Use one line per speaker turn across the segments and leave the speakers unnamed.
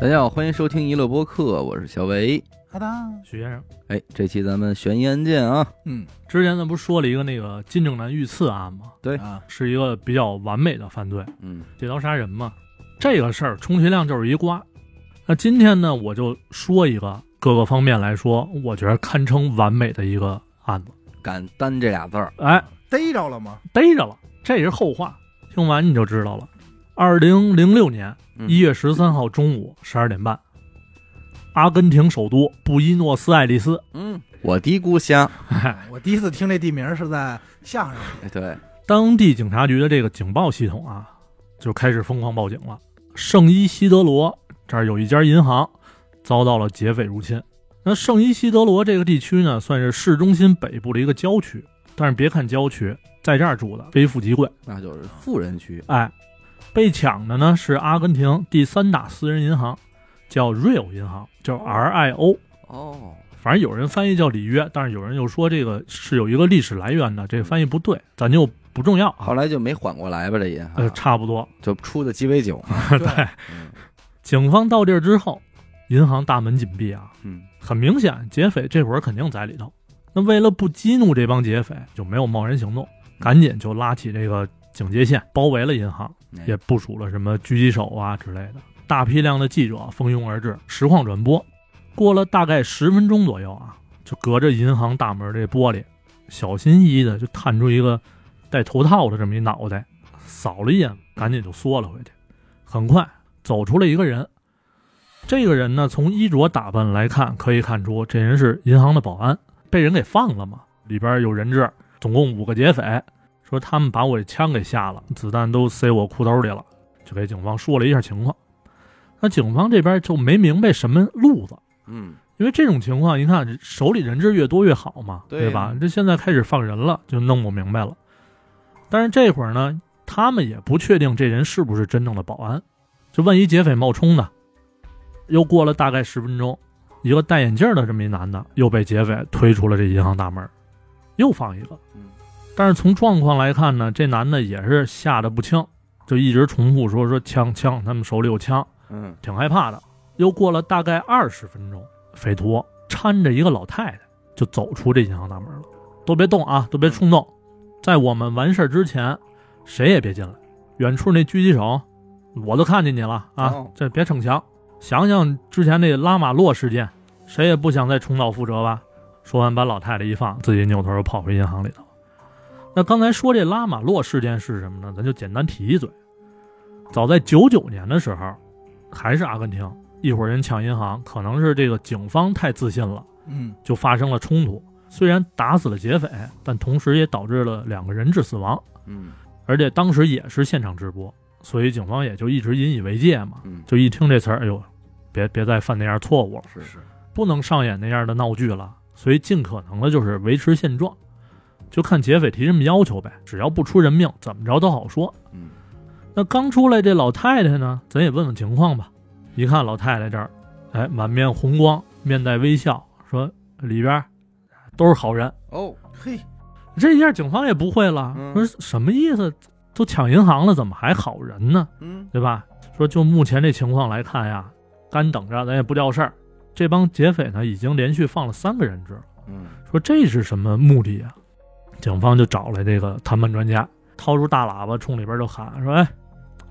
大家好，欢迎收听娱乐播客，我是小伟。
好的，
许先生，
哎，这期咱们悬疑案件啊，
嗯，
之前咱不是说了一个那个金正男遇刺案吗？
对
啊，
是一个比较完美的犯罪，
嗯
借刀杀人嘛。这个事儿充其量就是一瓜。那今天呢，我就说一个各个方面来说，我觉得堪称完美的一个案子。
敢担这俩字儿，
哎，
逮着了吗？
逮着了，这是后话，听完你就知道了。二零零六年
嗯
一月十三号中午十二点半，阿根廷首都布宜诺斯艾利斯，
嗯，我嘀咕瞎，
我第一次听这地名是在相声 里，
哎对，
当地警察局的这个警报系统啊，就开始疯狂报警了。圣伊西德罗这儿有一家银行遭到了劫匪入侵。那圣伊西德罗这个地区呢，算是市中心北部的一个郊区，但是别看郊区，在这儿住的非富即贵。
那就是富人区，
哎，被抢的呢是阿根廷第三大私人银行，叫 Rio 银行，叫 RIO。
哦，
反正有人翻译叫里约，但是有人又说这个是有一个历史来源的，这个翻译不对，咱就不重要啊
后。来就没缓过来吧，这银行
呃，差不多，
就出的鸡尾酒，
对，
嗯
警方到地儿之后，银行大门紧闭啊，
嗯，
很明显，劫匪这会儿肯定在里头。那为了不激怒这帮劫匪，就没有贸然行动，赶紧就拉起这个警戒线，包围了银行，
哎
也部署了什么狙击手啊之类的。大批量的记者蜂拥而至，实况转播。过了大概十分钟左右啊，就隔着银行大门这玻璃，小心翼翼的就探出一个戴头套的这么一脑袋，扫了一眼，赶紧就缩了回去。很快走出来一个人，这个人呢，从衣着打扮来看，可以看出这人是银行的保安，被人给放了嘛。里边有人质，总共五个劫匪，说他们把我这枪给下了，子弹都塞我裤兜里了，就给警方说了一下情况。那警方这边就没明白什么路子，
嗯
因为这种情况，你看手里人质越多越好嘛，
对呀
对吧？这现在开始放人了，就弄不明白了。但是这会儿呢，他们也不确定这人是不是真正的保安，就万一劫匪冒充呢？又过了大概十分钟，一个戴眼镜的这么一男的又被劫匪推出了这银行大门，又放一个
嗯。
但是从状况来看呢，这男的也是吓得不轻，就一直重复说说枪枪，他们手里有枪。
嗯，
挺害怕的。又过了大概二十分钟，匪徒搀着一个老太太就走出这银行大门了。都别动啊，都别冲动，在我们完事儿之前，谁也别进来。远处那狙击手，我都看见你了啊，
哦
这别逞强。想想之前那拉马洛事件，谁也不想再重蹈覆辙吧。说完，把老太太一放，自己扭头又跑回银行里头。那刚才说这拉马洛事件是什么呢？咱就简单提一嘴。早在九九年的时候，还是阿根廷，一伙人抢银行，可能是这个警方太自信了，
嗯，
就发生了冲突。虽然打死了劫匪，但同时也导致了两个人质死亡，
嗯
而且当时也是现场直播，所以警方也就一直引以为戒嘛。
嗯，
就一听这词儿，哎呦，别别再犯那样错误了，
是是，
不能上演那样的闹剧了。所以尽可能的就是维持现状，就看劫匪提什么要求呗，只要不出人命，怎么着都好说。
嗯
那刚出来这老太太呢，咱也问问情况吧。一看老太太这儿，哎，满面红光，面带微笑，说里边儿哎都是好人。
哦，
嘿，
这一下警方也不会了
嗯，
说什么意思？都抢银行了，怎么还好人呢？
嗯
对吧？说就目前这情况来看呀，干等着咱也不叫事儿。这帮劫匪呢，已经连续放了三个人质了。
嗯
说这是什么目的啊？警方就找来这个谈判专家，掏出大喇叭冲里边就喊说：“哎，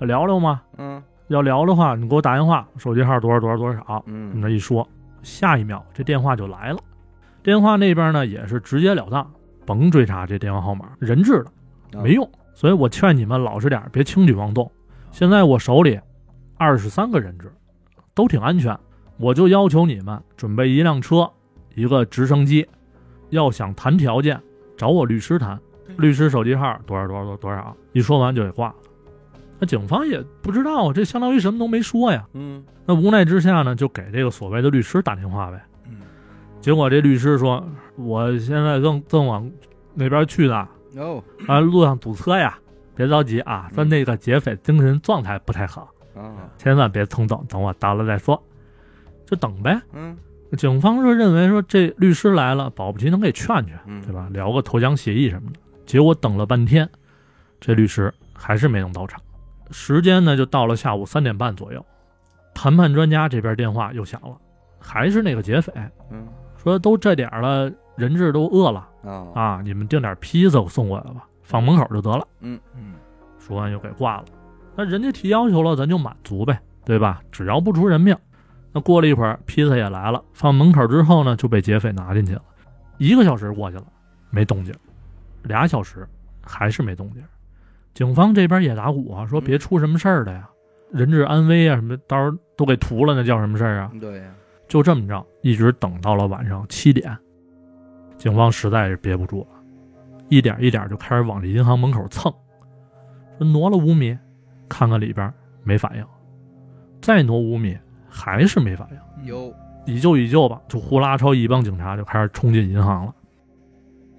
聊聊嘛，
嗯
要聊的话，你给我打电话，手机号多少多少多少。你
嗯
这一说，下一秒这电话就来了。电话那边呢也是直截了当，甭追查这电话号码，人质的
嗯
没用。所以我劝你们老实点儿，别轻举妄动。现在我手里二十三个人质，都挺安全。我就要求你们准备一辆车，一个直升机。要想谈条件，找我律师谈。律师手机号多少多少多少多少，一说完就给挂了。那警方也不知道，这相当于什么都没说呀。
嗯
那无奈之下呢，就给这个所谓的律师打电话呗。
嗯，
结果这律师说：“我现在正正往那边去呢，
哦
啊，路上堵车呀，别着急啊，
嗯
咱那个劫匪精神状态不太好，
啊
千万别冲动，等我到了再说，就等呗。”
嗯
警方就认为说这律师来了，保不齐能给劝劝，
嗯
对吧？聊个投降协议什么的。结果等了半天，这律师还是没能到场。时间呢就到了下午三点半左右，谈判专家这边电话又响了，还是那个劫匪
嗯
说都这点儿了，人质都饿了
啊
啊，你们订点披萨送过来吧，放门口就得了。
嗯，
说完又给挂了。那人家提要求了，咱就满足呗，对吧？只要不出人命。那过了一会儿，披萨也来了，放门口之后呢，就被劫匪拿进去了。一个小时过去了，没动静；俩小时还是没动静。警方这边也打鼓啊，说别出什么事儿的呀，人质安危啊，什么到时候都给屠了，那叫什么事儿啊？
对呀，
就这么着，一直等到了晚上七点，警方实在是憋不住了，一点一点就开始往这银行门口蹭，说挪了五米，看看里边没反应，再挪五米还是没反应，
有
以旧以旧吧，就呼啦超一帮警察就开始冲进银行了。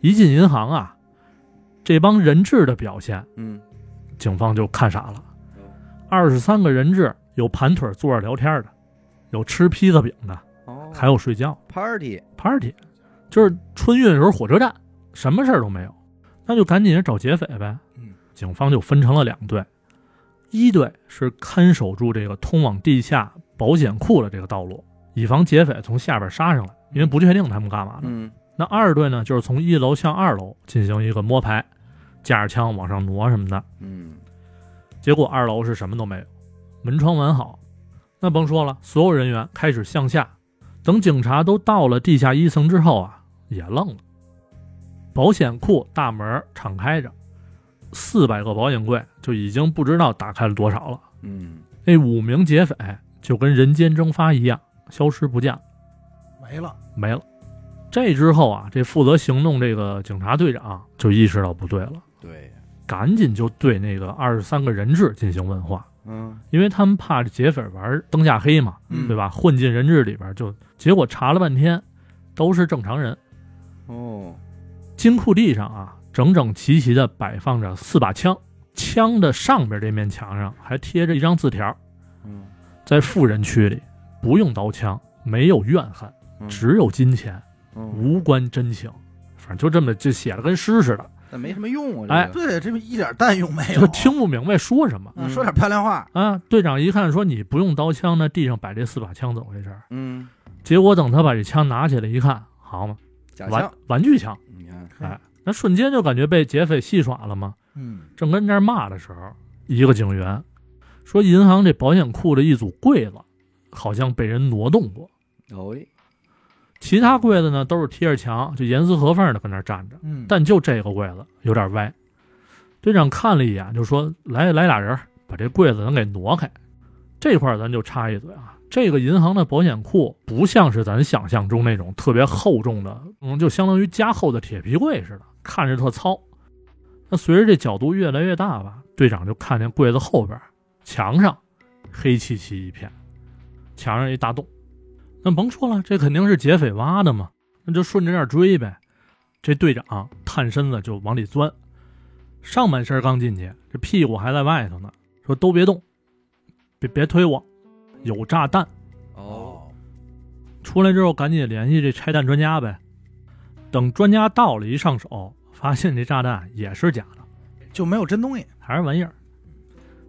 一进银行啊，这帮人质的表现，
嗯
警方就看傻了。二十三个人质，有盘腿坐着聊天的，有吃披萨饼的，
哦，
还有睡觉。
party
party，就是春运的时候火车站，什么事儿都没有，那就赶紧找劫匪呗
嗯。
警方就分成了两队，一队是看守住这个通往地下保险库的这个道路，以防劫匪从下边杀上来，因为不确定他们干嘛呢。
嗯
那二队呢，就是从一楼向二楼进行一个摸排，架着枪往上挪什么的。
嗯
结果二楼是什么都没有，门窗完好。那甭说了，所有人员开始向下。等警察都到了地下一层之后啊，也愣了。保险库大门敞开着，四百个保险柜就已经不知道打开了多少了。
嗯
那五名劫匪就跟人间蒸发一样，消失不见了，
没了，
没了。这之后啊，这负责行动这个警察队长啊就意识到不对了，
对呀，
赶紧就对那个二十三个人质进行问话。
嗯
因为他们怕这劫匪玩灯下黑嘛，
嗯
对吧？混进人质里边就，结果查了半天，都是正常人。
哦
金库地上啊，整整齐齐的摆放着四把枪，枪的上边这面墙上还贴着一张字条，
嗯
在富人区里不用刀枪，没有怨恨，
嗯
只有金钱，
嗯
无关真情。反正就这么就写的跟诗似的，
但没什么用啊，
哎
这个
对，这不一点蛋用没有
就。听不明白说什么
啊说点漂亮话，
啊。队长一看说你不用刀枪，那地上摆这四把枪怎么回事儿？
嗯
结果等他把这枪拿起来一看，好嘛，
假
玩
象，
玩具枪，
你看
哎，那瞬间就感觉被劫匪戏耍了嘛。
嗯，
正跟那儿骂的时候，一个警员说，银行这保险库的一组柜子好像被人挪动过，
哦
其他柜子呢都是贴着墙，就严丝合缝的跟那儿站着，
嗯，
但就这个柜子有点歪。队长看了一眼，就说：“来来俩人，把这柜子咱给挪开。”这块儿咱就插一嘴啊，这个银行的保险库不像是咱想象中那种特别厚重的，嗯，就相当于加厚的铁皮柜似的，看着特糙。那随着这角度越来越大吧，队长就看见柜子后边墙上黑漆漆一片，墙上一大洞。那甭说了，这肯定是劫匪挖的嘛，那就顺着那儿追呗。这队长探身子就往里钻，上半身刚进去，这屁股还在外头呢。说都别动，别别推我，有炸弹。
哦，
出来之后赶紧联系这拆弹专家呗。等专家到了，一上手发现这炸弹也是假的，
就没有真东西，
还是玩意儿。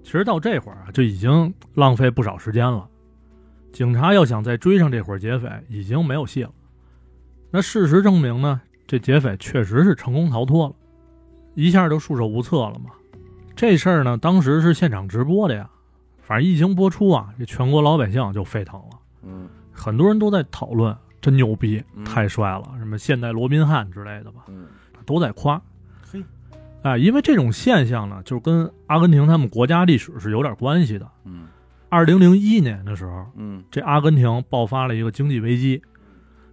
其实到这会儿啊，就已经浪费不少时间了。警察要想再追上这伙劫匪，已经没有戏了。那事实证明呢，这劫匪确实是成功逃脱了，一下就束手无策了嘛。这事儿呢，当时是现场直播的呀，反正一经播出啊，这全国老百姓就沸腾了。
嗯
很多人都在讨论，真牛逼，
嗯
太帅了，什么现代罗宾汉之类的吧，
嗯
都在夸。
嘿，
哎，因为这种现象呢，就跟阿根廷他们国家历史是有点关系的。
嗯
二零零一年的时候，
嗯
这阿根廷爆发了一个经济危机，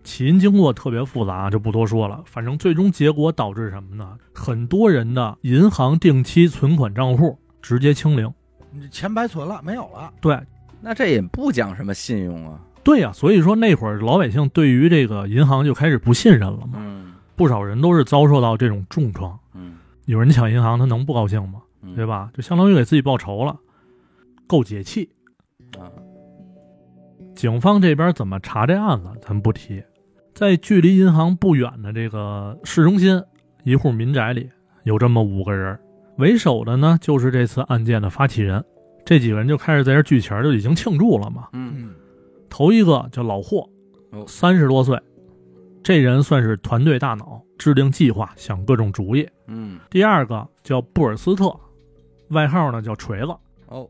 起因经过特别复杂，就不多说了。反正最终结果导致什么呢？很多人的银行定期存款账户直接清零。
你这钱白存了，没有了，
对，
那这也不讲什么信用啊，
对呀、所以说那会儿老百姓对于这个银行就开始不信任了嘛。
嗯
不少人都是遭受到这种重创。
嗯
有人抢银行，他能不高兴吗？
嗯
对？吧？就相当于给自己报仇了，够解气。
啊，
警方这边怎么查这案子，咱不提。在距离银行不远的这个市中心一户民宅里，有这么五个人，为首的呢就是这次案件的发起人，这几个人就开始在这聚钱儿，就已经庆祝了嘛。
嗯
嗯，
头一个叫老霍
哦，
三十多岁，这人算是团队大脑，制定计划，想各种主意。
嗯
第二个叫布尔斯特，外号呢叫锤子，
哦，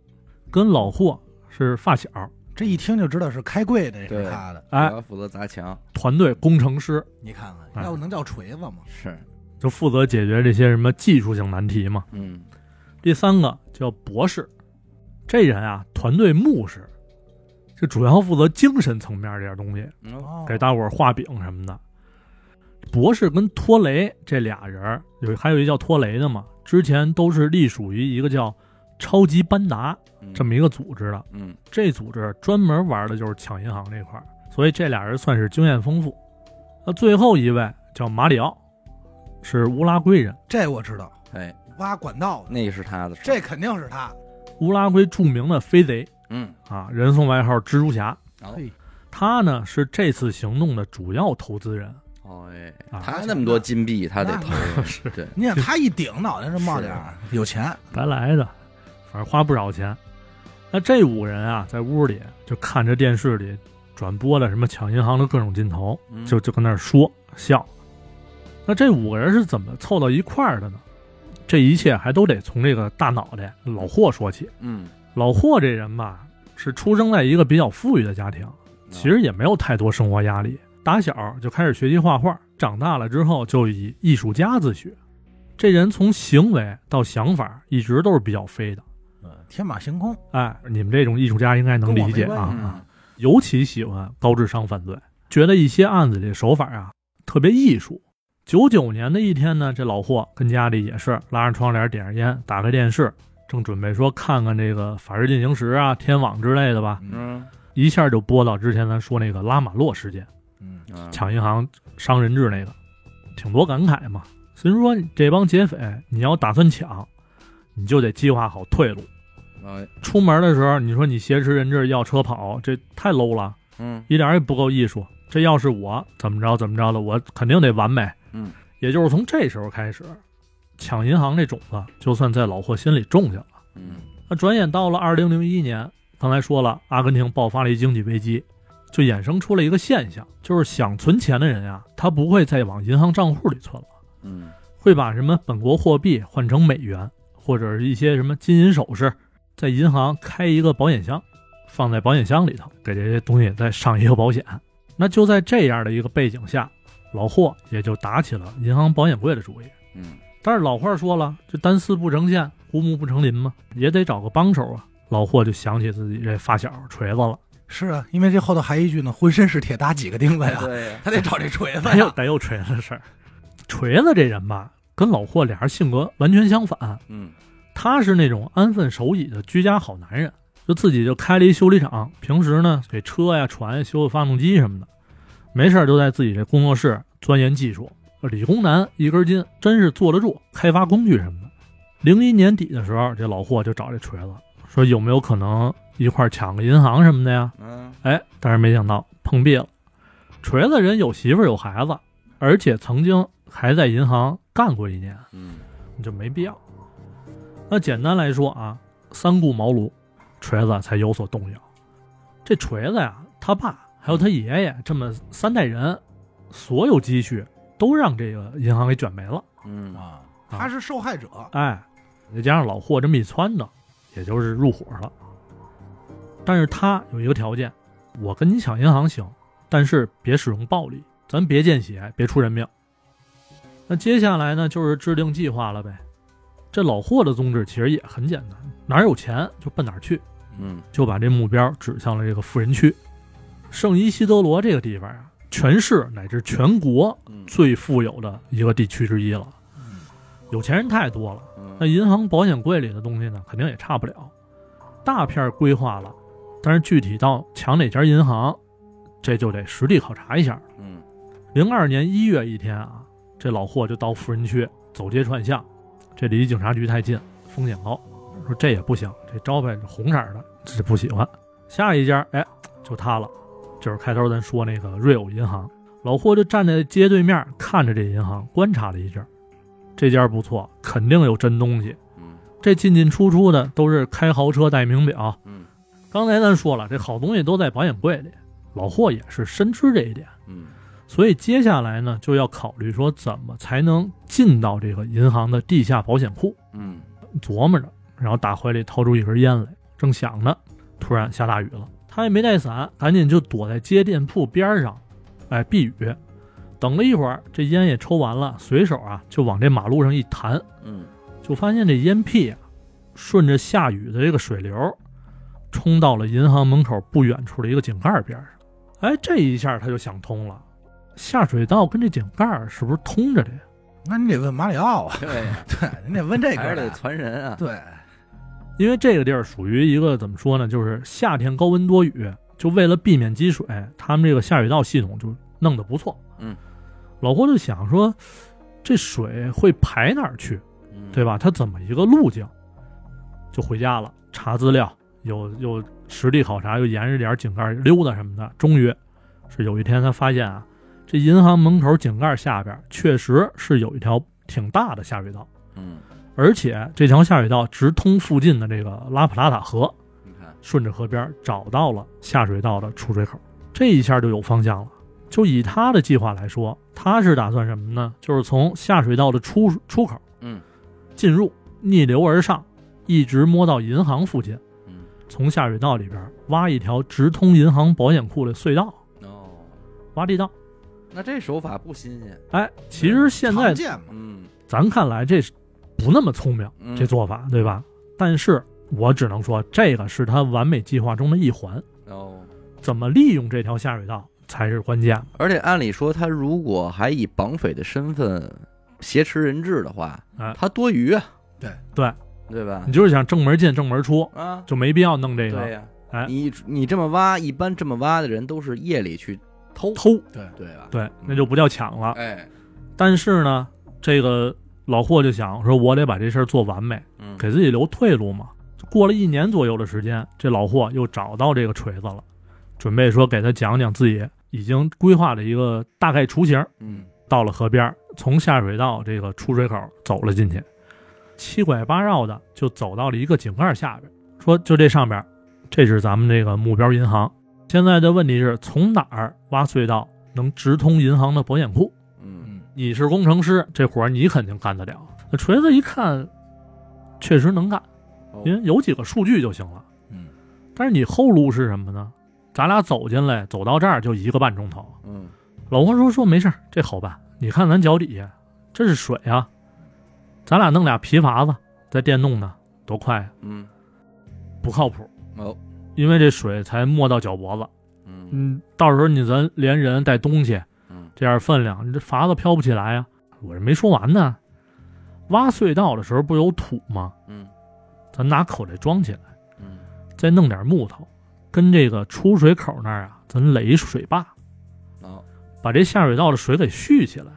跟老霍是发小，
这一听就知道是开柜的，是
对
他的。
我
哎，
要负责砸墙，
团队工程师，
你看看，
哎
要不能叫锤子吗？
是，
就负责解决这些什么技术性难题嘛。
嗯
第三个叫博士，这人啊，团队牧师，就主要负责精神层面这点东西，
哦
给大伙儿画饼什么的。博士跟托雷这俩人儿，有还有一叫托雷的嘛，之前都是隶属于一个叫超级班达
嗯
这么一个组织的。
嗯
这组织专门玩的就是抢银行这块儿，所以这俩人算是经验丰富。那最后一位叫马里奥，是乌拉圭人，
这我知道，
哎，
挖管道的，
那是他的事儿，
这肯定是他。
乌拉圭著名的飞贼
嗯
啊，人送外号蜘蛛侠。
哦
嘿，
他呢是这次行动的主要投资人，
哦哎，
啊
他那么多金币，他得投，
是
对，
你想他一顶脑袋上冒点儿，有钱，
白来的，反正花不少钱。那这五个人啊，在屋里就看着电视里转播的什么抢银行的各种镜头，
嗯
就就跟那儿说笑。那这五个人是怎么凑到一块儿的呢？这一切还都得从这个大脑袋老霍说起。
嗯，
老霍这人吧，是出生在一个比较富裕的家庭，
嗯
其实也没有太多生活压力，打小就开始学习画画，长大了之后就以艺术家自学。这人从行为到想法一直都是比较飞的，
天马行空，
哎，你们这种艺术家应该能理解
跟我没
啊
关
嗯
啊，尤其喜欢高智商犯罪，觉得一些案子里的手法啊特别艺术。九九年的一天呢，这老霍跟家里也是拉上窗帘，点着烟，打开电视，正准备说看看这个《法制进行时》啊、《天网》之类的吧，
嗯
一下就播到之前咱说那个拉马洛事件。
嗯，
嗯
抢银行伤人质那个，挺多感慨嘛。所以说这帮劫匪，你要打算抢，你就得计划好退路。
哎
出门的时候，你说你挟持人质要车跑，这太 low 了，
嗯
一点儿也不够艺术。这要是我怎么着怎么着的，我肯定得完美。
嗯，
也就是从这时候开始，抢银行这种子就算在老霍心里种下了。
嗯
那转眼到了二零零一年，刚才说了，阿根廷爆发了一经济危机，就衍生出了一个现象，就是想存钱的人啊，他不会再往银行账户里存了，
嗯
会把什么本国货币换成美元，或者是一些什么金银首饰，在银行开一个保险箱，放在保险箱里头，给这些东西再上一个保险。那就在这样的一个背景下，老霍也就打起了银行保险柜的主意。
嗯
但是老话说了，这单丝不成线，胡木不成林嘛，也得找个帮手啊。老霍就想起自己这发小锤子了，
是啊，因为这后头还一句呢，浑身是铁打几个钉子呀，
对哎呀，
他得找这锤子
得有
哎呀。
得有锤子的事儿。锤子这人吧，跟老霍俩人性格完全相反，
嗯
他是那种安分守己的居家好男人，就自己就开了一修理厂，平时呢给车呀、船呀修修发动机什么的，没事儿就在自己这工作室钻研技术，啊理工男一根筋，真是坐得住，开发工具什么的。零一年底的时候，这老霍就找这锤子说有没有可能一块儿抢个银行什么的呀？
嗯
哎，但是没想到碰壁了。锤子人有媳妇儿有孩子，而且曾经还在银行干过一年。
嗯
就没必要。那简单来说啊，三顾茅庐，锤子才有所动摇。这锤子呀，他爸还有他爷爷这么三代人，所有积蓄都让这个银行给卷没了。
嗯
啊，他是受害者，
哎，再加上老霍这么一撺掇，也就是入伙了。但是他有一个条件，我跟你抢银行行，但是别使用暴力，咱别见血，别出人命。那接下来呢，就是制定计划了呗。这老霍的宗旨其实也很简单，哪儿有钱就奔哪儿去，
嗯
就把这目标指向了这个富人区，圣伊西德罗这个地方啊，全市乃至全国
嗯
最富有的一个地区之一了，有钱人太多了。那
嗯
银行保险柜里的东西呢，肯定也差不了。大片儿规划了，但是具体到抢哪家银行，这就得实地考察一下。
嗯
零二年一月一天啊，这老霍就到富人区走街串巷，这离警察局太近，风险高。说这也不行，这招牌是红色儿的，这不喜欢。下一家，哎，就他了，就是开头咱说那个瑞友银行。老霍就站在街对面看着这银行，观察了一阵儿，这家不错，肯定有真东西。
嗯
这进进出出的都是开豪车戴名表。
嗯
刚才咱说了，这好东西都在保险柜里，老霍也是深知这一点，
嗯
所以接下来呢，就要考虑说怎么才能进到这个银行的地下保险库。
嗯
琢磨着，然后打怀里掏出一根烟来，正想着，突然下大雨了，他也没带伞，赶紧就躲在街店铺边上，哎，避雨。等了一会儿，这烟也抽完了，随手啊就往这马路上一弹，
嗯
就发现这烟屁啊，顺着下雨的这个水流，冲到了银行门口不远处的一个井盖边上。哎，这一下他就想通了，下水道跟这井盖儿是不是通着的呀？
那你得问马里奥啊，
对呀，
对，你得问这
还
个
是得
人。
传人啊。
对，
因为这个地儿属于一个怎么说呢，就是夏天高温多雨，就为了避免积水，他们这个下水道系统就弄得不错。
嗯，
老郭就想说，这水会排哪儿去，
嗯
对？吧？它怎么一个路径？就回家了，查资料，有有实地考察，又沿着点儿井盖溜达什么的。终于，是有一天他发现啊，这银行门口井盖下边确实是有一条挺大的下水道。
嗯，
而且这条下水道直通附近的这个拉普拉塔河，
你看，
顺着河边找到了下水道的出水口，这一下就有方向了。就以他的计划来说，他是打算什么呢？就是从下水道的出出口
嗯
进入，逆流而上，一直摸到银行附近，
嗯，
从下水道里边挖一条直通银行保险库的隧道，
哦，
挖地道。
那这手法不新鲜。
哎，其实现在
常见嘛，
嗯
咱看来这是不那么聪明，
嗯，
这做法，对吧？但是我只能说，这个是他完美计划中的一环。
哦。
怎么利用这条下水道才是关键。
而且按理说，他如果还以绑匪的身份挟持人质的话，
啊
他多余啊。
对
对
对吧
你？就是想正门进正门出，
啊，
就没必要弄这
对
个
呀、
哎
你你这么挖，一般这么挖的人都是夜里去偷，
偷。
对，
对吧？
对，那就不叫抢了。
哎，
但是呢，这个老霍就想说，我得把这事儿做完美，
嗯，
给自己留退路嘛。过了一年左右的时间，这老霍又找到这个锤子了，准备说给他讲讲自己已经规划的一个大概雏形。
嗯
到了河边儿，从下水道这个出水口走了进去，七拐八绕的就走到了一个井盖下边儿，说就这上边儿，这是咱们这个目标银行。现在的问题是从哪儿挖隧道能直通银行的保险库？
嗯
嗯，
你是工程师，这活儿你肯定干得了。那锤子一看，确实能干，
哦
因为有几个数据就行了。
嗯，
但是你后路是什么呢？咱俩走进来，走到这儿就一个半钟头，
嗯
老黄说说没事儿，这好办。你看咱脚底下，这是水啊，咱俩弄俩皮筏子，再电动的，多快啊！
嗯，
不靠谱，
哦，
因为这水才没到脚脖子。
嗯
嗯，到时候你咱连人带东西，
嗯
这样分量，你这筏子飘不起来呀、我这没说完呢，挖隧道的时候不有土吗？
嗯
咱拿口袋装起来，
嗯，
再弄点木头，跟这个出水口那儿啊，咱垒一水坝，
哦，
把这下水道的水给蓄起来，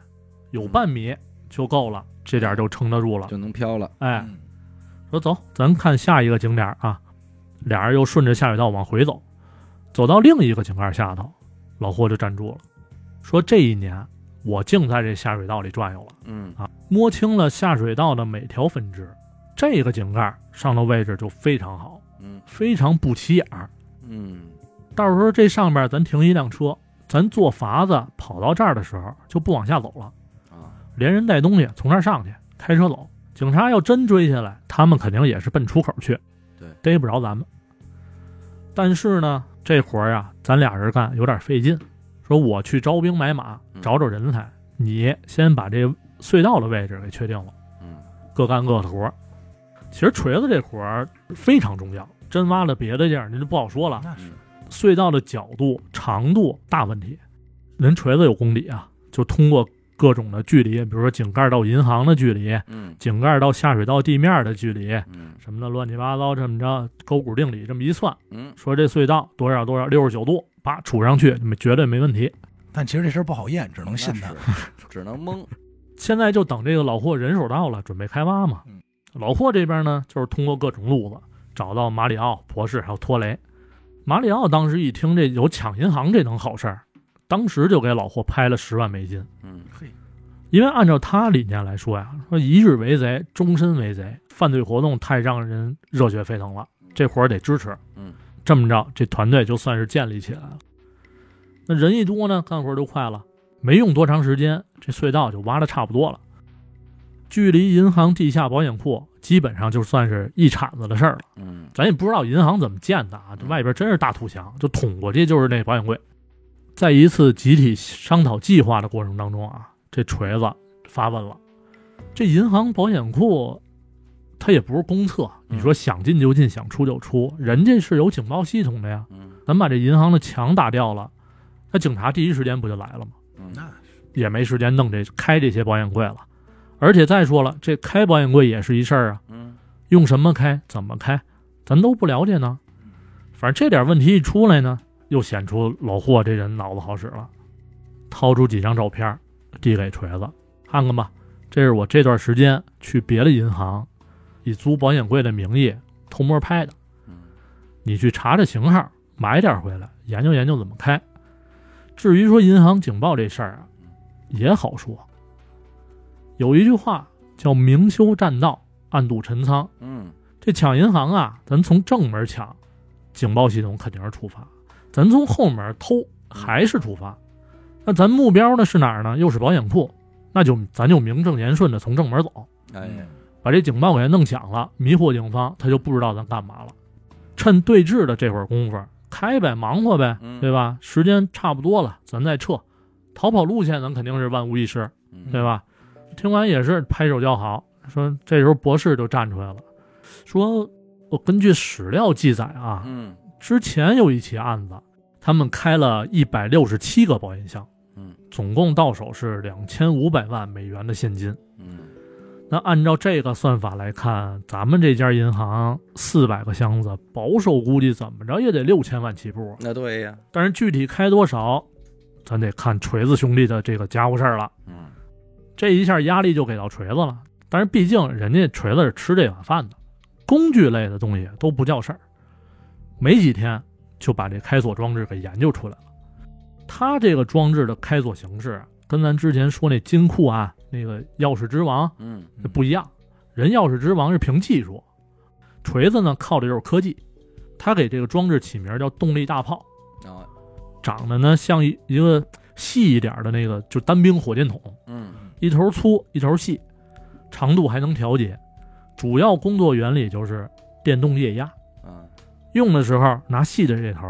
有半米就够了，这点儿就撑得住了。
就能飘了。
哎，
嗯
说走，咱看下一个景点儿啊。俩人又顺着下水道往回走，走到另一个井盖下头，老霍就站住了，说这一年我净在这下水道里转悠了
嗯
啊，摸清了下水道的每条分支。这个井盖上的位置就非常好，
嗯
非常不起眼儿。
嗯
到时候这上面咱停一辆车，咱坐筏子跑到这儿的时候就不往下走了。
啊，
连人带东西从那儿上去，开车走。警察要真追下来，他们肯定也是奔出口去，
对
逮不着咱们。但是呢，这活儿啊，咱俩人干有点费劲。说我去招兵买马，
嗯
找找人才，你先把这隧道的位置给确定了，
嗯
各干各的活儿。其实锤子这活儿非常重要，真挖了别的地儿，您就不好说了。
那是
嗯
隧道的角度、长度大问题。人锤子有公里啊，就通过各种的距离，比如说井盖到银行的距离，
嗯
井盖到下水道地面的距离，
嗯
什么的乱七八糟，这么着勾股定理这么一算，
嗯，
说这隧道多少多少六十九度，叭杵上去，绝对没问题。
但其实这事儿不好验，只能信他
那。 是，只能蒙。
现在就等这个老霍人手到了，准备开挖嘛
嗯。
老霍这边呢，就是通过各种路子找到马里奥博士还有托雷。马里奥当时一听这有抢银行这等好事儿，当时就给老霍拍了十万美金，
嗯
嘿，
因为按照他理念来说呀，说一日为贼，终身为贼，犯罪活动太让人热血沸腾了，这活儿得支持。
嗯，
这么着，这团队就算是建立起来了。那人一多呢，干活就快了，没用多长时间，这隧道就挖的差不多了。距离银行地下保险库基本上就算是一铲子的事儿了。
嗯
咱也不知道银行怎么建的啊，这外边真是大土墙，就捅过去就是那保险柜。在一次集体商讨计划的过程当中啊，这锤子发问了：这银行保险库，它也不是公厕，你说想进就进，想出就出，人家是有警报系统的呀。
嗯
咱把这银行的墙打掉了，那警察第一时间不就来了吗？
嗯，
那
也没时间弄这开这些保险柜了。而且再说了，这开保险柜也是一事儿啊，
嗯
用什么开，怎么开，咱都不了解呢。反正这点问题一出来呢，又显出老霍这人脑子好使了，掏出几张照片递给锤子，看看吧，这是我这段时间去别的银行，以租保险柜的名义偷摸拍的，
嗯
你去查查型号，买点回来，研究研究怎么开。至于说银行警报这事儿啊，也好说。有一句话叫“明修栈道，暗度陈仓”，
嗯
这抢银行啊，咱从正门抢，警报系统肯定是触发；咱从后门偷，还是触发。那咱目标呢是哪儿呢？又是保险库，那就咱就名正言顺的从正门走，
哎，
把这警报给它弄响了，迷惑警方，他就不知道咱干嘛了。趁对峙的这会儿功夫，开呗，忙活呗
嗯，
对吧？时间差不多了，咱再撤。逃跑路线咱肯定是万无一失，
嗯
对吧？听完也是拍手叫好，说这时候博士就站出来了，说我根据史料记载啊，
嗯
之前有一起案子，他们开了一百六十七个保险箱，
嗯，
总共到手是两千五百万美元的现金。
嗯
那按照这个算法来看，咱们这家银行四百个箱子，保守估计怎么着也得六千万起步啊。
那对呀，
但是具体开多少，咱得看锤子兄弟的这个家伙事儿了。
嗯
这一下压力就给到锤子了。但是毕竟人家锤子是吃这碗饭的，工具类的东西都不叫事儿。没几天就把这开锁装置给研究出来了。他这个装置的开锁形式啊跟咱之前说那金库啊那个钥匙之王
嗯
那不一样，人钥匙之王是凭技术，锤子呢靠的就是科技。他给这个装置起名叫动力大炮，
啊
长得呢像一一个细一点的那个就单兵火箭筒，
嗯
一头粗一头细，长度还能调节。主要工作原理就是电动液压，
啊
用的时候拿细的这头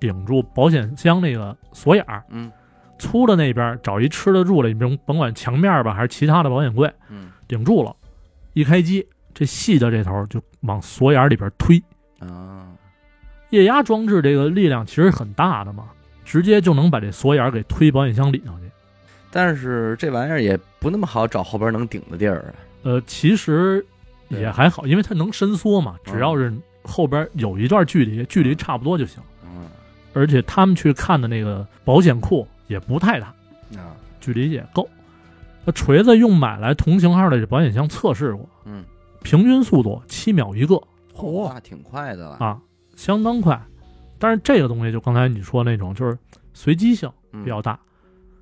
顶住保险箱那个锁眼儿，
嗯
粗的那边找一吃得住的，你甭甭管墙面儿吧还是其他的保险柜，
嗯
顶住了，一开机，这细的这头就往锁眼儿里边推。
啊
液压装置这个力量其实很大的嘛，直接就能把这锁眼儿给推保险箱里头去。
但是这玩意儿也不那么好找后边能顶的地儿啊。
呃，其实
对
也还好，因为它能伸缩嘛，
嗯
只要是后边有一段距离，距离差不多就行。
嗯
而且他们去看的那个保险库也不太大，
啊
距离也够。那锤子用买来同型号的这保险箱测试过，
嗯，
平均速度七秒一个
嚯
那挺快的了。
啊，相当快。但是这个东西就刚才你说那种，就是随机性
嗯
比较大，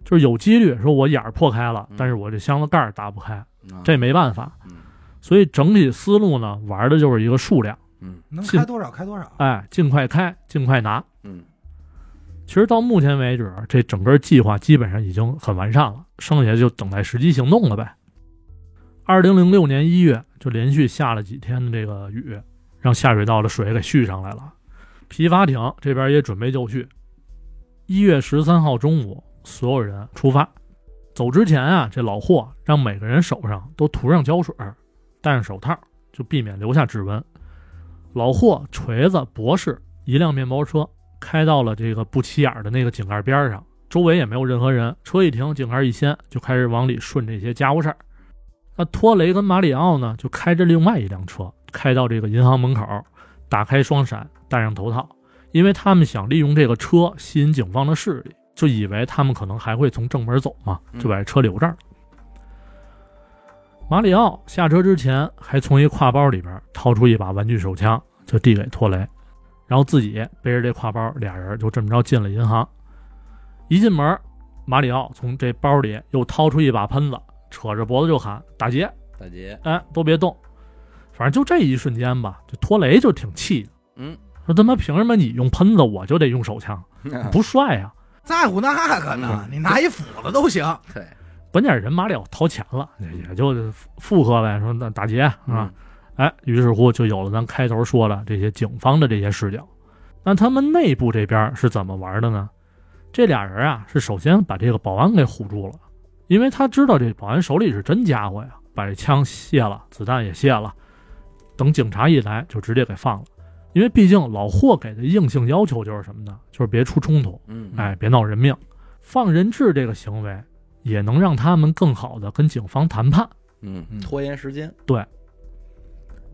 就是有几率说我眼儿破开了
嗯，
但是我这箱子盖儿打不开，
啊
这没办法。
嗯
所以整体思路呢，玩的就是一个数量，
嗯
能
信
开多少开多少。
哎，尽快开，尽快拿。
嗯
其实到目前为止，这整个计划基本上已经很完善了，剩下就等待实际行动了呗。二零零六年一月，就连续下了几天的这个雨，让下水道的水给蓄上来了。皮筏艇这边也准备就绪。一月十三号中午，所有人出发。走之前啊，这老霍让每个人手上都涂上胶水，戴上手套，就避免留下指纹。老霍、锤子、博士一辆面包车开到了这个不起眼儿的那个井盖边上，周围也没有任何人。车一停，井盖一掀，就开始往里顺这些家伙事儿。那托雷跟马里奥呢，就开着另外一辆车开到这个银行门口，打开双闪，戴上头套，因为他们想利用这个车吸引警方的视力，就以为他们可能还会从正门走嘛，就把这车留这儿了。马里奥下车之前，还从一挎包里边掏出一把玩具手枪，就递给托雷，然后自己背着这挎包，俩人就这么着进了银行。一进门，马里奥从这包里又掏出一把喷子，扯着脖子就喊打劫，
大姐，
哎，都别动。反正就这一瞬间吧，这托雷就挺气的，
嗯，
说他妈凭什么你用喷子，我就得用手枪，不帅啊呀、
在乎那个呢？
嗯
你拿一斧子都行。
对，
关键是人马里奥掏钱了，
哎
也就附和呗，说那打劫啊。
嗯
哎，于是乎就有了咱开头说的这些警方的这些视角。那他们内部这边是怎么玩的呢？这俩人啊，是首先把这个保安给唬住了，因为他知道这保安手里是真家伙呀，把这枪卸了，子弹也卸了，等警察一来就直接给放了。因为毕竟老霍给的硬性要求就是什么呢？就是别出冲突，
嗯，
哎，别闹人命。放人质这个行为也能让他们更好的跟警方谈判。
嗯，拖延时间，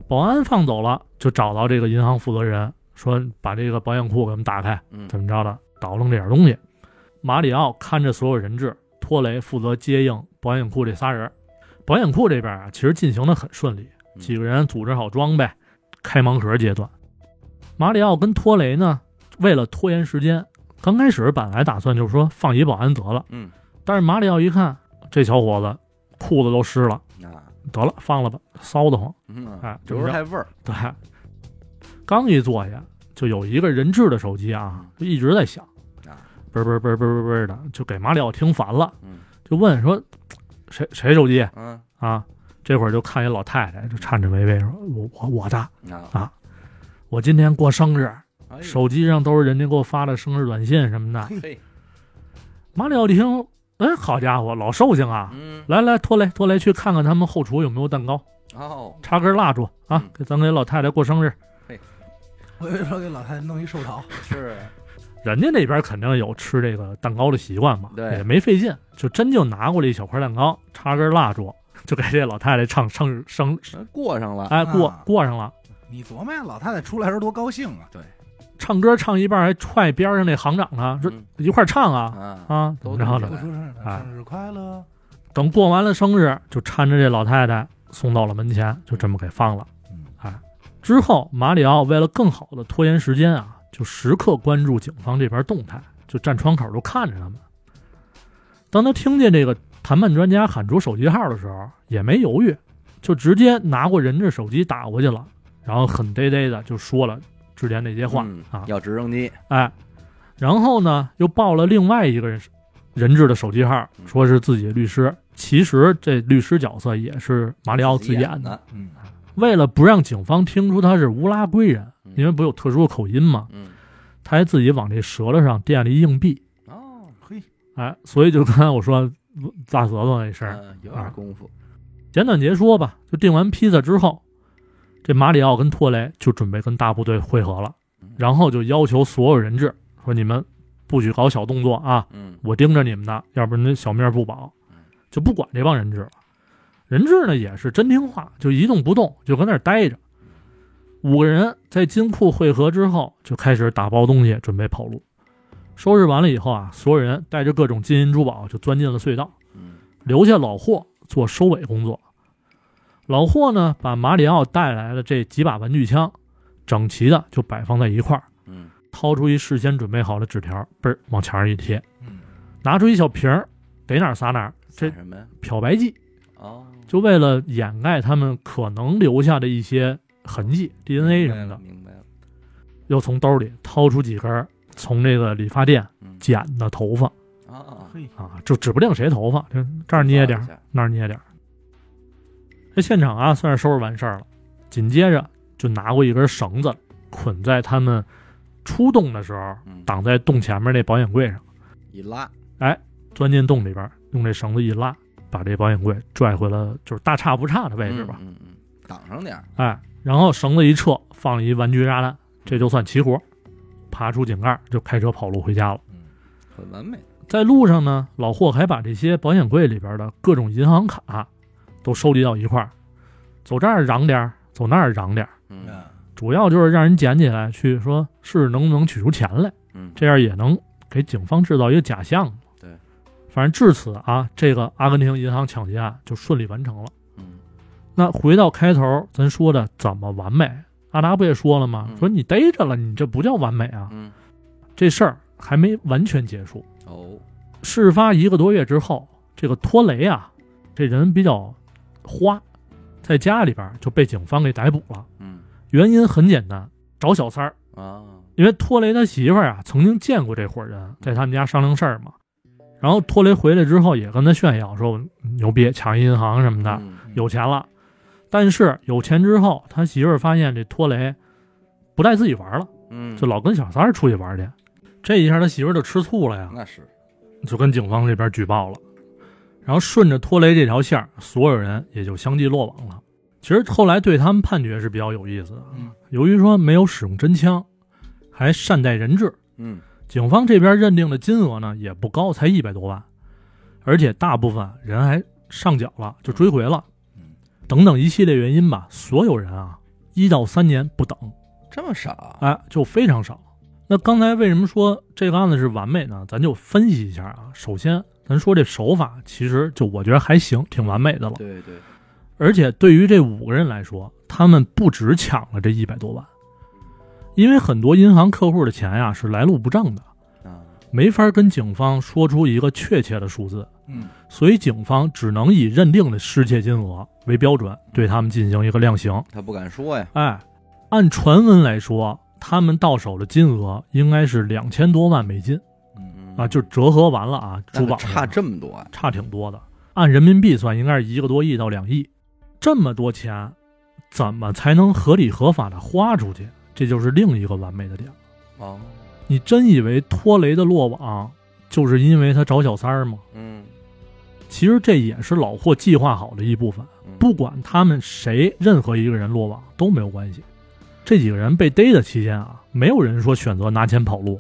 保安放走了，就找到这个银行负责人，说把这个保险库给我们打开，
嗯
怎么着的，倒腾这点东西。马里奥看着所有人质，托雷负责接应保险库这仨人。保险库这边啊，其实进行的很顺利，
嗯
几个人组织好装备，开盲盒阶段。马里奥跟托雷呢，为了拖延时间，刚开始本来打算就是说放一保安得了，
嗯，
但是马里奥一看这小伙子裤子都湿了，
啊，
得了，放了吧，骚得慌。
嗯啊
哎
留着还味儿，
对，刚一坐下，就有一个人质的手机啊，就一直在响
嗯啊，
嘣嘣嘣嘣嘣嘣的，就给马里奥听烦了，
嗯
就问说谁谁手机
嗯
啊？这会儿就看一老太太，就颤颤巍巍说：“我我我的，
啊，
我今天过生日，
哎呦
手机上都是人家给我发的生日短信什么的。
嘿，”
马里奥一听，哎，好家伙，老寿星啊！
嗯，
来来，拖雷拖雷，去看看他们后厨有没有蛋糕，
哦，
插根蜡烛啊
嗯，
给咱给老太太过生日。
我以为说给老太太弄一寿桃，
是，
人家那边肯定有吃这个蛋糕的习惯嘛，
对
也没费劲，就真就拿过来一小块蛋糕，插根蜡烛，就给这老太太唱生日生，
过上了，
哎，过
啊
过上了，
你琢磨呀，老太太出来时候多高兴啊！
唱歌唱一半还踹边上那行长呢，说
嗯
一块儿唱啊
啊，
啊，怎
都
么
对
着的？
祝出生日
哎
生日快乐！
等过完了生日，就搀着这老太太送到了门前，就这么给放了
嗯。
哎，之后马里奥为了更好的拖延时间啊，就时刻关注警方这边动态，就站窗口就看着他们。当他听见这个谈判专家喊出手机号的时候，也没犹豫，就直接拿过人质手机打过去了，然后狠嘚嘚的就说了之前那些话、
嗯
啊，
要直升机，
哎，然后呢，又报了另外一个人人质的手机号，
嗯
说是自己的律师。其实这律师角色也是马里奥自己演的。
的，
嗯，
为了不让警方听出他是乌拉圭人，
嗯
因为不有特殊的口音嘛，
嗯，
他还自己往这舌头上垫了一硬币。
哦，
嘿，
哎，所以就刚才我说大舌头那事儿，
嗯有点功夫，
简短截说吧。就订完披萨之后，这马里奥跟托雷就准备跟大部队会合了，然后就要求所有人质说：“你们不许搞小动作啊，
嗯
我盯着你们呢，要不然这小命不保
嗯，
就不管这帮人质了。人质呢也是真听话，就一动不动，就搁那儿待着。五个人在金库汇合之后，就开始打包东西，准备跑路。收拾完了以后啊，所有人带着各种金银珠宝就钻进了隧道，
嗯
留下老霍做收尾工作。老霍呢，把马里奥带来的这几把玩具枪，整齐的就摆放在一块儿，
嗯，
掏出一事先准备好的纸条，嘣儿往墙上一贴，
嗯，
拿出一小瓶儿，逮哪儿撒哪儿，这
干什么呀？
漂白剂，
哦，
就为了掩盖他们可能留下的一些痕迹、DNA
明
什
白了，
么的，
明白了，
又从兜里掏出几根儿从这个理发店
嗯，
剪的头发
啊，
嘿，
啊，就指不定谁头发，就这儿捏点儿，那儿捏点儿。这现场啊，算是收拾完事儿了，紧接着就拿过一根绳子捆在他们出洞的时候
嗯，
挡在洞前面那保险柜上。
一拉，
钻进洞里边，用这绳子一拉，把这保险柜拽回了，就是大差不差的位置吧。
嗯嗯，嗯挡上点儿，
哎，然后绳子一撤，放了一玩具炸弹，这就算齐活。爬出井盖就开车跑路回家了。
很完美，
在路上呢，老霍还把这些保险柜里边的各种银行卡都收集到一块儿，走这儿嚷点儿，走那儿嚷点儿，
嗯
主要就是让人捡起来去说是能不能取出钱来。
嗯，
这样也能给警方制造一个假象。
对，
反正至此啊，这个阿根廷银行抢劫案就顺利完成了。
嗯
那回到开头咱说的怎么完美，阿达不也说了吗？
嗯
说你逮着了，你这不叫完美啊！
嗯，
这事儿还没完全结束。
哦，
事发一个多月之后，这个托雷啊，这人比较花，在家里边就被警方给逮捕了。
嗯
原因很简单，找小三儿。
啊，
因为托雷他媳妇儿啊曾经见过这伙人，在他们家商量事儿嘛。然后托雷回来之后也跟他炫耀说牛逼，抢银行什么的，
嗯
有钱了。但是有钱之后，他媳妇儿发现这托雷不带自己玩了，
嗯，
就老跟小三儿出去玩去。这一下他媳妇儿就吃醋了呀，
那是
就跟警方这边举报了。然后顺着托雷这条线儿，所有人也就相继落网了。其实后来对他们判决是比较有意思的，
嗯
由于说没有使用真枪，还善待人质，
嗯
警方这边认定的金额呢也不高，才一百多万，而且大部分人还上缴了，就追回了
嗯，
等等一系列原因吧。所有人啊，一到三年不等，
这么少，
哎，就非常少。那刚才为什么说这个案子是完美呢？咱就分析一下啊。首先，咱说这手法，其实就我觉得还行，挺完美的了。
对对，
而且对于这五个人来说，他们不只抢了这一百多万，因为很多银行客户的钱呀、是来路不正的，
啊，
没法跟警方说出一个确切的数字，
嗯
所以警方只能以认定的失窃金额为标准，对他们进行一个量刑。
他不敢说呀，
哎，按传闻来说，他们到手的金额应该是两千多万美金
嗯
嗯
啊，就折合完了啊，
那
珠
可
宝
差这么多啊，
差挺多的。按人民币算，应该是一个多亿到两亿，这么多钱，怎么才能合理合法的花出去？这就是另一个完美的点。
哦，
你真以为托雷的落网就是因为他找小三儿吗？
嗯，
其实这也是老霍计划好的一部分。
嗯
不管他们谁任何一个人落网都没有关系。这几个人被逮的期间啊，没有人说选择拿钱跑路。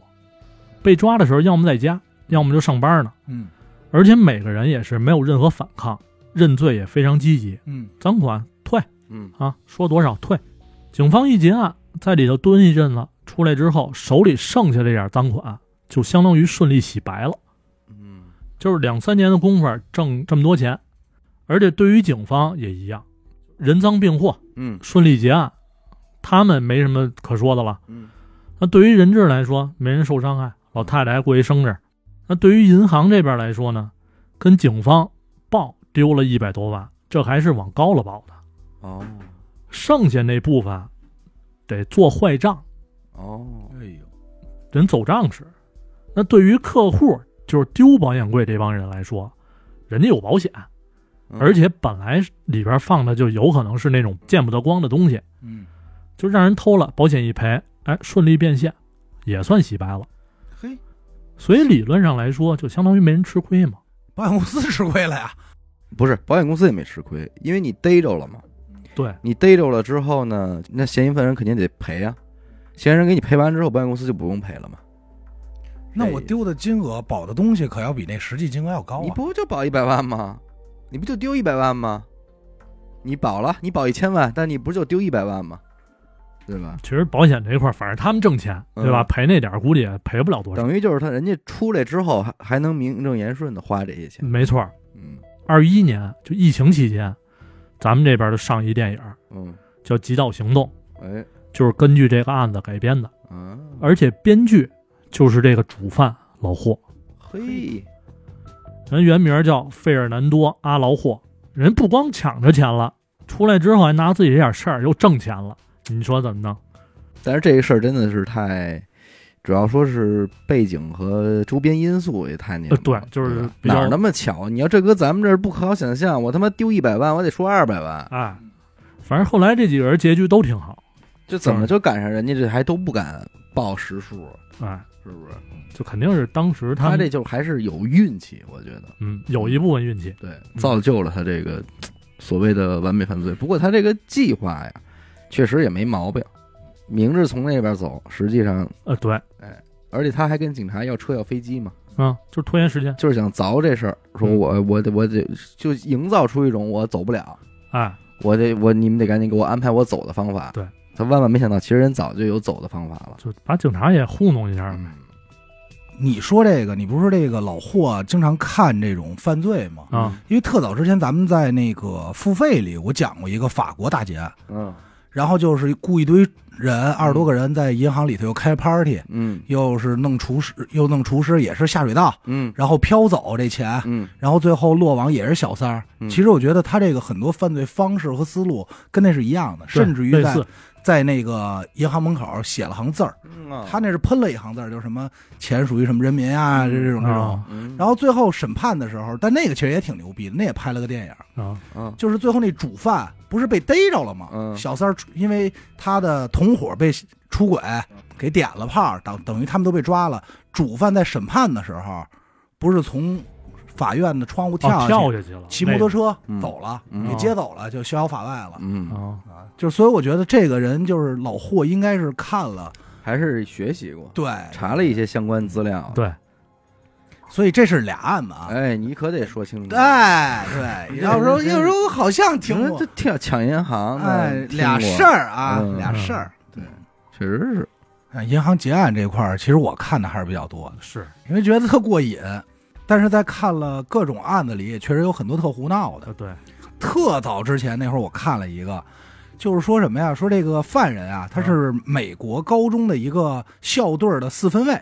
被抓的时候，要么在家，要么就上班呢。
嗯
而且每个人也是没有任何反抗，认罪也非常积极，
嗯
赃款退
嗯
啊，说多少退。警方一结案，在里头蹲一阵子，出来之后手里剩下这点赃款，就相当于顺利洗白了。
嗯
就是两三年的功夫挣这么多钱，而且对于警方也一样，人赃并获，
嗯
顺利结案，他们没什么可说的了。
嗯
那对于人质来说，没人受伤害，老太太还过一生日。那对于银行这边来说呢，跟警方报丢了一百多万，这还是往高了报的，
哦
剩下那部分得做坏账，
哦
哎呦
人走账时。那对于客户，就是丢保险柜这帮人来说，人家有保险，
嗯
而且本来里边放的就有可能是那种见不得光的东西，
嗯
就让人偷了，保险一赔，哎，顺利变现，也算洗白了。
嘿，
所以理论上来说，就相当于没人吃亏嘛。
保险公司吃亏了呀，
不是保险公司也没吃亏，因为你逮着了嘛，
对，
你逮着了之后呢，那嫌疑犯人肯定得赔啊，嫌疑人给你赔完之后，保险公司就不用赔了嘛，
那我
哎
丢的金额保的东西可要比那实际金额要高
你
啊。
不就保一百万吗？你不就丢一百万吗？你保了，你保一千万，但你不就丢一百万吗？对吧？
其实保险这一块儿，反正他们挣钱，对吧？
嗯
赔那点儿估计也赔不了多少。
等于就是他人家出来之后还还能名正言顺的花这些钱，
没错儿，
嗯
二一年就疫情期间，咱们这边就上一电影儿
嗯，
叫《极道行动
哎》，
就是根据这个案子改编的，
嗯，
而且编剧就是这个主犯老霍。
嘿，
人原名叫费尔南多·阿劳霍，人不光抢着钱了，出来之后还拿自己这点事儿又挣钱了，你说怎么弄？
但是这个事儿真的是太，主要说是背景和周边因素也太那什么了、
呃对就是
吧
比较
哪儿那么巧？你要这搁咱们这儿不可想象，我他妈丢一百万，我得说二百万，
哎，反正后来这几个人结局都挺好，
这怎么就赶上人家这还都不敢报实数，
哎，
是不是？
就肯定是当时
他
们
这就还是有运气，我觉得，
嗯有一部分运气，
对，造就了他这个所谓的完美犯罪。不过他这个计划呀，确实也没毛病，明着从那边走，实际上，
呃，对，
而且他还跟警察要车要飞机嘛。
嗯，就是拖延时间，
就是想凿这事儿，说
嗯
我我得我得就营造出一种我走不了，
哎，
我得我你们得赶紧给我安排我走的方法。
对，
他万万没想到，其实人早就有走的方法了。
就把警察也糊弄一下
嗯，
你说这个，你不是说这个老霍经常看这种犯罪吗？
啊，
因为特早之前咱们在那个付费里，我讲过一个法国大劫案，
嗯
然后就是雇一堆人，二十多个人在银行里头又开 party，
嗯
又是弄厨师，又弄厨师，也是下水道，
嗯
然后飘走这钱，
嗯
然后最后落网也是小三儿。
嗯
其实我觉得他这个很多犯罪方式和思路跟那是一样的，
对
甚至于
类
在
似
在那个银行门口写了行字儿，
嗯，
他那是喷了一行字儿，就是什么钱属于什么人民啊，
嗯
这这种这种。
啊
嗯，
然后最后审判的时候，但那个其实也挺牛逼的，那也拍了个电影，
啊，
嗯
就是最后那主犯不是被逮着了吗？
嗯
小三儿因为他的同伙被出轨给点了炮，等等于他们都被抓了。主犯在审判的时候，不是从法院的窗户跳下去，
哦跳下去了，
骑摩托
车
车
嗯
走了，
嗯
给接走了，就逍遥法外了。
嗯，
啊，
啊，就是所以我觉得这个人就是老霍，应该是看了
还是学习过，
对，
查了一些相关资
啊
料。
对，
所以这是俩案子啊。
哎，你可得说清楚。
哎， 对，要说要说好像听
嗯这
过
这，跳抢银行的，
哎，
听
俩
过
事，儿啊，
嗯
俩事儿。
确实是，
啊银行结案这块儿，其实我看的还是比较多的，
是
因为觉得特过瘾。但是在看了各种案子里，也确实有很多特胡闹的
啊，。对，
特早之前那会儿，我看了一个，就是说什么呀？说这个犯人啊，他是
嗯
美国高中的一个校队的四分卫，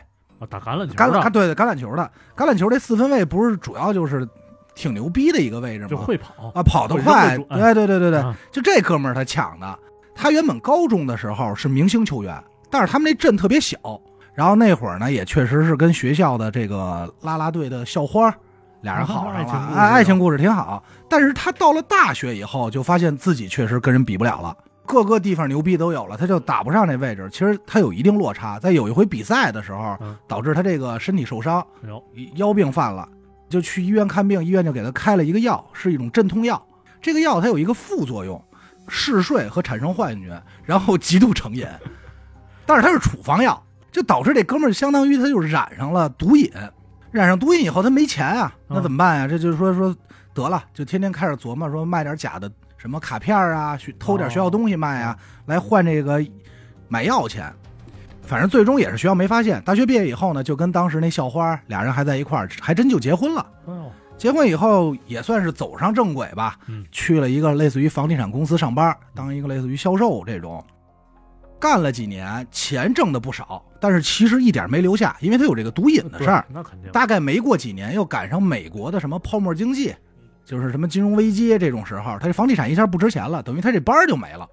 啊，打橄榄球
橄榄
的
对橄榄球的橄榄球这四分卫不是主要就是挺牛逼的一个位置
就
吗？
会跑，
啊，跑得
会
快
扔得，准
哎，对对对对
啊，
就这哥们儿他抢的。他原本高中的时候是明星球员，但是他们那镇特别小，然后那会儿呢也确实是跟学校的这个啦啦队的校花儿俩人好上
爱情故
了，
事
哎，爱情故事挺好。但是他到了大学以后，就发现自己确实跟人比不了了。各个地方牛逼都有了，他就打不上那位置。其实他有一定落差，在有一回比赛的时候
嗯，
导致他这个身体受伤，
有
腰病犯了，就去医院看病，医院就给他开了一个药，是一种镇痛药。这个药它有一个副作用，嗜睡和产生幻觉，然后极度成瘾。但是它是处方药，就导致这哥们儿相当于他就染上了毒瘾，染上毒瘾以后他没钱啊，那
嗯
怎么办呀、这就是说说得了，就天天开始琢磨说卖点假的什么卡片啊，学偷点学校东西卖啊，来换这个买药钱。反正最终也是学校没发现。大学毕业以后呢，就跟当时那校花俩人还在一块儿，还真就结婚了。
哎呦，
结婚以后也算是走上正轨吧，
嗯
去了一个类似于房地产公司上班，当一个类似于销售这种，干了几年，钱挣的不少，但是其实一点没留下，因为他有这个毒瘾的
对
事儿。
那肯定
大概没过几年，又赶上美国的什么泡沫经济，就是什么金融危机这种时候，他这房地产一下不值钱了，等于他这班儿就没了。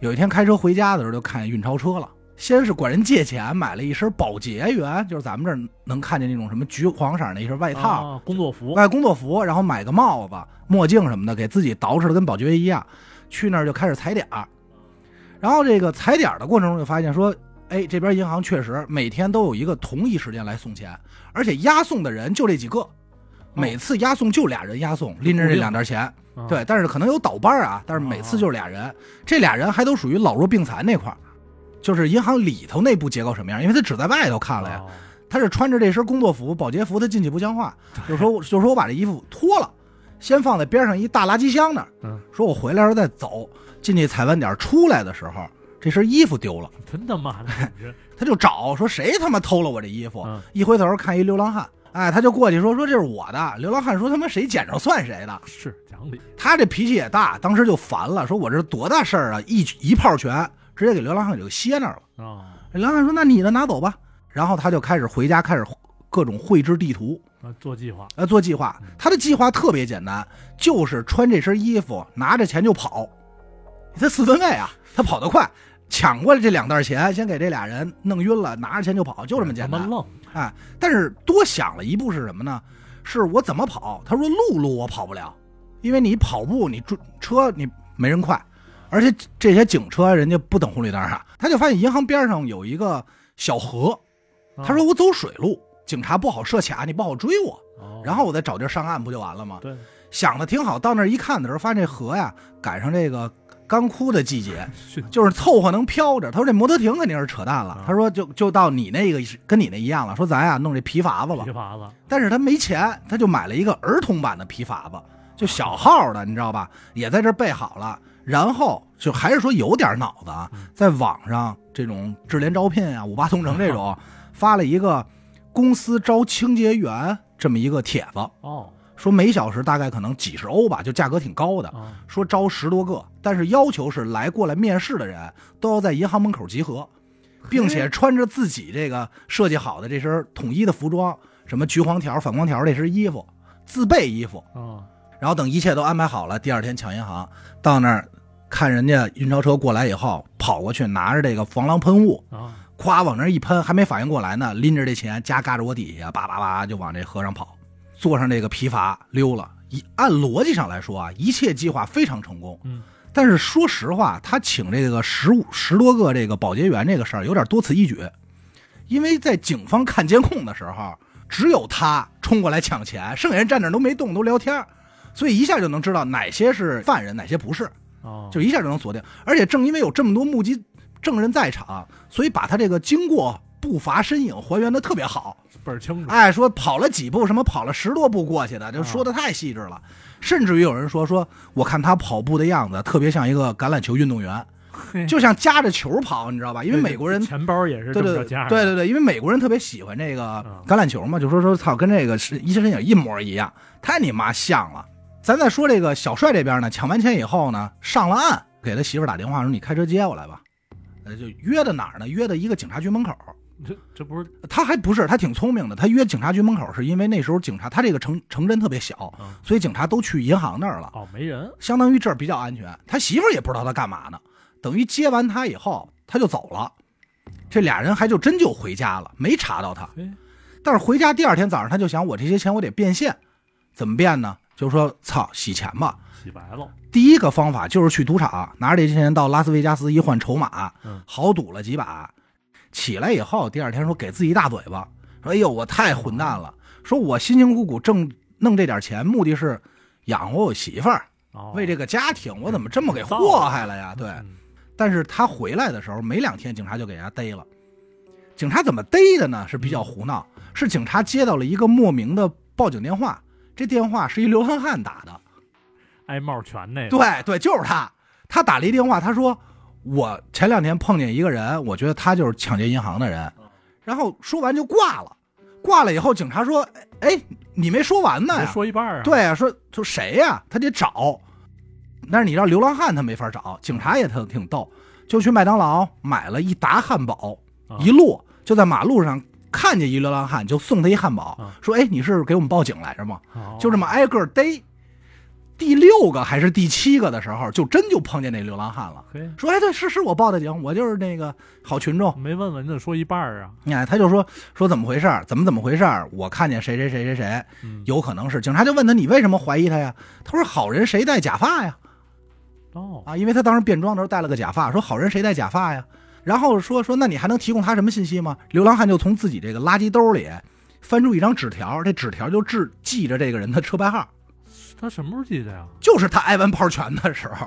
有一天开车回家的时候，就看见运钞车了。先是管人借钱，买了一身保洁员，就是咱们这儿能看见那种什么橘黄色儿那一身外套，
啊，工作服，
外工作服，然后买个帽子、墨镜什么的，给自己捯饬的跟保洁员一样，去那儿就开始踩点儿。然后这个踩点儿的过程中就发现说，哎，这边银行确实每天都有一个同一时间来送钱，而且押送的人就这几个，
哦
每次押送就俩人押送，拎着这两袋钱。
啊
对，但是可能有倒班儿啊，但是每次就是俩人，这俩人还都属于老弱病残那块儿，就是银行里头内部结构什么样，因为他只在外头看了呀。
哦
他是穿着这身工作服、保洁服，他进去不像话，就说就说我把这衣服脱了，先放在边上一大垃圾箱那儿，
嗯，
说我回来时候再走。进去踩完点儿出来的时候，这身衣服丢了，
哦真他妈的，你这
他就找说谁他妈偷了 我这衣服？
嗯
一回头看一流浪汉，哎，他就过去说说这是我的。流浪汉说他妈谁捡着算谁的。
是讲理，
他这脾气也大，当时就烦了，说我这多大事儿啊，一一炮拳直接给流浪汉给就歇那儿了。
啊，
流浪汉说那你的拿走吧，然后他就开始回家开始各种绘制地图。
那做计划，
呃，做计划。他的计划特别简单，就是穿这身衣服，拿着钱就跑。他四分卫啊，他跑得快，抢过来这两袋钱，先给这俩人弄晕了，拿着钱就跑，就这么简
他
单
妈。愣，
哎，但是多想了一步是什么呢？是我怎么跑？他说陆路我跑不了，因为你跑步你追车你没人快，而且这些警车人家不等红绿灯啊。他就发现银行边上有一个小河，
啊
他说，我走水路，警察不好设卡，你不好追我。
哦
然后我再找地儿上岸不就完了吗？
对，
想的挺好，到那儿一看的时候，发现这河呀赶上这个干枯的季 节，
训
就是凑合能飘着。他说这摩托艇肯定是扯淡了
啊，
他说就就到你那个跟你那一样了，说咱呀弄这皮筏子吧
皮。筏子，
但是他没钱，他就买了一个儿童版的皮筏
啊
子，就小号的，你知道吧？也在这儿备好了。然后就还是说有点脑子啊
嗯，
在网上这种智联招聘 啊、五八同城这种，发了一个公司招清洁员这么一个帖子，
哦，
说每小时大概可能几十欧吧，就价格挺高的。
啊，
说招十多个，但是要求是来过来面试的人都要在银行门口集合，并且穿着自己这个设计好的这身统一的服装，什么橘黄条、反光条这身衣服，自备衣服。
啊，
然后等一切都安排好了，第二天抢银行，到那儿看人家运钞车过来以后，跑过去拿着这个防狼喷雾，
啊，
夸往那儿一喷，还没反应过来呢，拎着这钱夹嘎着我底下，叭叭叭就往这河上跑，坐上这个皮筏溜了。一按逻辑上来说啊，一切计划非常成功。
嗯，
但是说实话，他请这个十五十多个这个保洁员这个事儿有点多此一举，因为在警方看监控的时候，只有他冲过来抢钱，剩下人站那儿都没动，都聊天儿，所以一下就能知道哪些是犯人，哪些不是。
啊，
就一下就能锁定。而且正因为有这么多目击证人在场，所以把他这个经过、步伐、身影还原的特别好。
倍儿清楚，
哎，说跑了几步，什么跑了十多步过去的，就说的太细致了。甚至于有人说说，我看他跑步的样子，特别像一个橄榄球运动员，
嘿
就像夹着球跑，你知道吧？因为美国人。
钱包也是
对
这么
对
着
对
夹着，
对对，因为美国人特别喜欢这个橄榄球嘛，就说说操，跟这个是一身身影一模一样，太你妈像了。咱再说这个小帅这边呢，抢完钱以后呢，上了岸，给他媳妇儿打电话说：“你开车接我来吧。”呃，就约的哪儿呢？约的一个警察局门口。
这这不是
他还不是，他挺聪明的。他约警察局门口是因为那时候警察他这个城城镇特别小
嗯，
所以警察都去银行那儿了。
哦，没人
相当于这儿比较安全。他媳妇儿也不知道他干嘛呢，等于接完他以后他就走了，这俩人还就真就回家了，没查到他
哎。
但是回家第二天早上他就想，我这些钱我得变现，怎么变呢？就说操洗钱吧。
洗白了，
第一个方法就是去赌场，拿着这些钱到拉斯维加斯一换筹码
嗯，
豪赌了几把，起来以后第二天说给自己一大嘴巴，说哎呦我太混蛋了，说我辛辛苦苦挣弄这点钱，目的是养活我媳妇儿，
哦，
为这个家庭，我怎么这么给
造
祸害了呀？对，
嗯
但是他回来的时候没两天，警察就给人家逮了。警察怎么逮的呢？是比
嗯
较胡闹，是警察接到了一个莫名的报警电话，这电话是一流浪汉打的，
挨帽拳那个，
对对，就是他，他打了一电话，他说我前两天碰见一个人，我觉得他就是抢劫银行的
嗯
人，然后说完就挂了，挂了以后，警察说，哎，你没说完呢
别
呀，
说一半儿啊，
对啊，说说谁呀、他得找，但是你知道流浪汉他没法找，警察也挺挺逗，就去麦当劳买了一沓汉堡，
啊
一路就在马路上看见一流浪汉，就送他一汉堡，
啊
说哎，你是给我们报警来着吗？
哦，
就这么挨个逮。第六个还是第七个的时候，就真就碰见那流浪汉了，
嘿，
说哎，对，是是我报的警，我就是那个好群众。
没问问，你怎么说一半儿啊？
哎，他就说说怎么回事儿，怎么怎么回事儿，我看见谁谁谁谁谁，
嗯，
有可能是警察就问他你为什么怀疑他呀？他说好人谁戴假发呀？
哦，
啊，因为他当时变装的时候戴了个假发，说好人谁戴假发呀？然后说说那你还能提供他什么信息吗？流浪汉就从自己这个垃圾兜里翻出一张纸条，这纸条就记记着这个人的车牌号，
他什么时候记得呀？
就是他挨完炮拳的时候。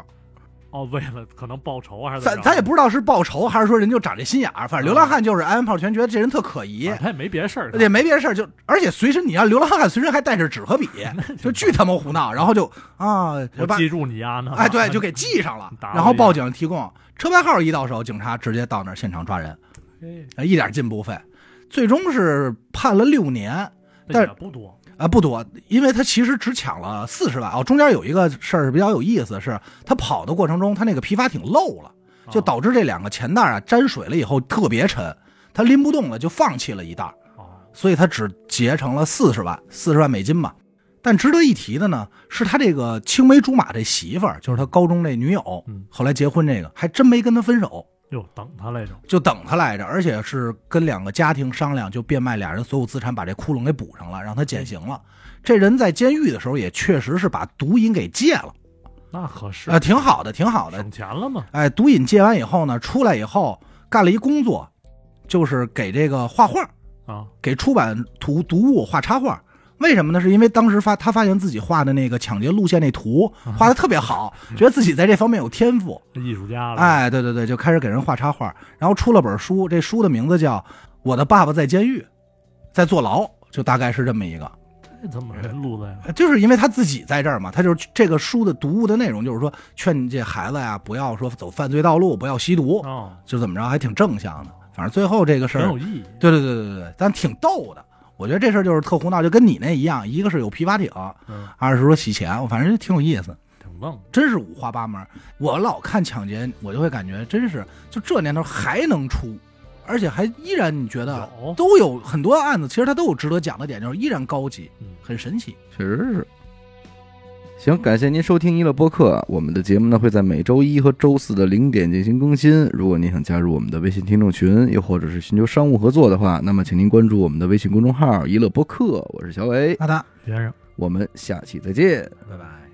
哦，为了可能报仇还是
咱咱也不知道是报仇还是说人就长这心眼儿，反正流浪汉就是挨完炮拳觉得这人特可疑，
啊反正他也没别事儿，
也没别的事儿，就而且随身你让流浪汉随身还带着纸和笔， 就巨他妈胡闹，然后就啊，
我
把
记住你啊， 那，
哎，对，就给记上了
打我一下
然后报警提供车牌号一到手，警察直接到那儿现场抓人，
嘿
呃一点进步费，最终是判了六年啊、
那也不多，
不多，因为他其实只抢了四十万哦。中间有一个事儿是比较有意思，是他跑的过程中，他那个皮筏艇漏了，就
倒
导致这两个钱袋啊沾水了以后特别沉，他拎不动了，就放弃了一袋儿。
哦，
所以他只结成了四十万，四十万美金吧。但值得一提的呢，是他这个青梅竹马这媳妇儿，就是他高中那女友，
嗯
后来结婚这个，还真没跟他分手，
哟，等他来着，
就等他来着，而且是跟两个家庭商量，就变卖俩人所有资产，把这窟窿给补上了，让他减刑了。这人在监狱的时候，也确实是把毒瘾给戒了，
那合适
啊、，挺好的，挺好的。
省钱了嘛，
哎，毒瘾戒完以后呢，出来以后干了一工作，就是给这个画画，
啊，
给出版图读物画插画。为什么呢？是因为当时发他发现自己画的那个抢劫路线那图画的特别好，觉得自己在这方面有天赋。
艺术家了，
哎，对对对，就开始给人画插画，然后出了本书，这书的名字叫《我的爸爸在监狱，在坐牢》，就大概是这么一个。
这怎么人路子呀？
就是因为他自己在这儿嘛，他就是这个书的读物的内容，就是说劝这孩子呀，不要说走犯罪道路，不要吸毒，
哦，
就怎么着，还挺正向的。反正最后这个事
挺
儿
有意义，
对对对对对，但挺逗的。我觉得这事儿就是特胡闹，就跟你那一样，一个是有皮划艇，
嗯，
二是说洗钱，我反正就挺有意思，
挺愣的。
真是五花八门。我老看抢劫，我就会感觉真是就这年头还能出，而且还依然你觉得
有，
都有很多案子，其实它都有值得讲的点，就是依然高级，
嗯，
很神奇。
确实是。行，感谢您收听一乐播客。我们的节目呢会在每周一和周四的零点进行更新。如果您想加入我们的微信听众群，又或者是寻求商务合作的话，那么请您关注我们的微信公众号“一乐播客”。我是小伟，
那他，
学生。
我们下期再见。
拜拜。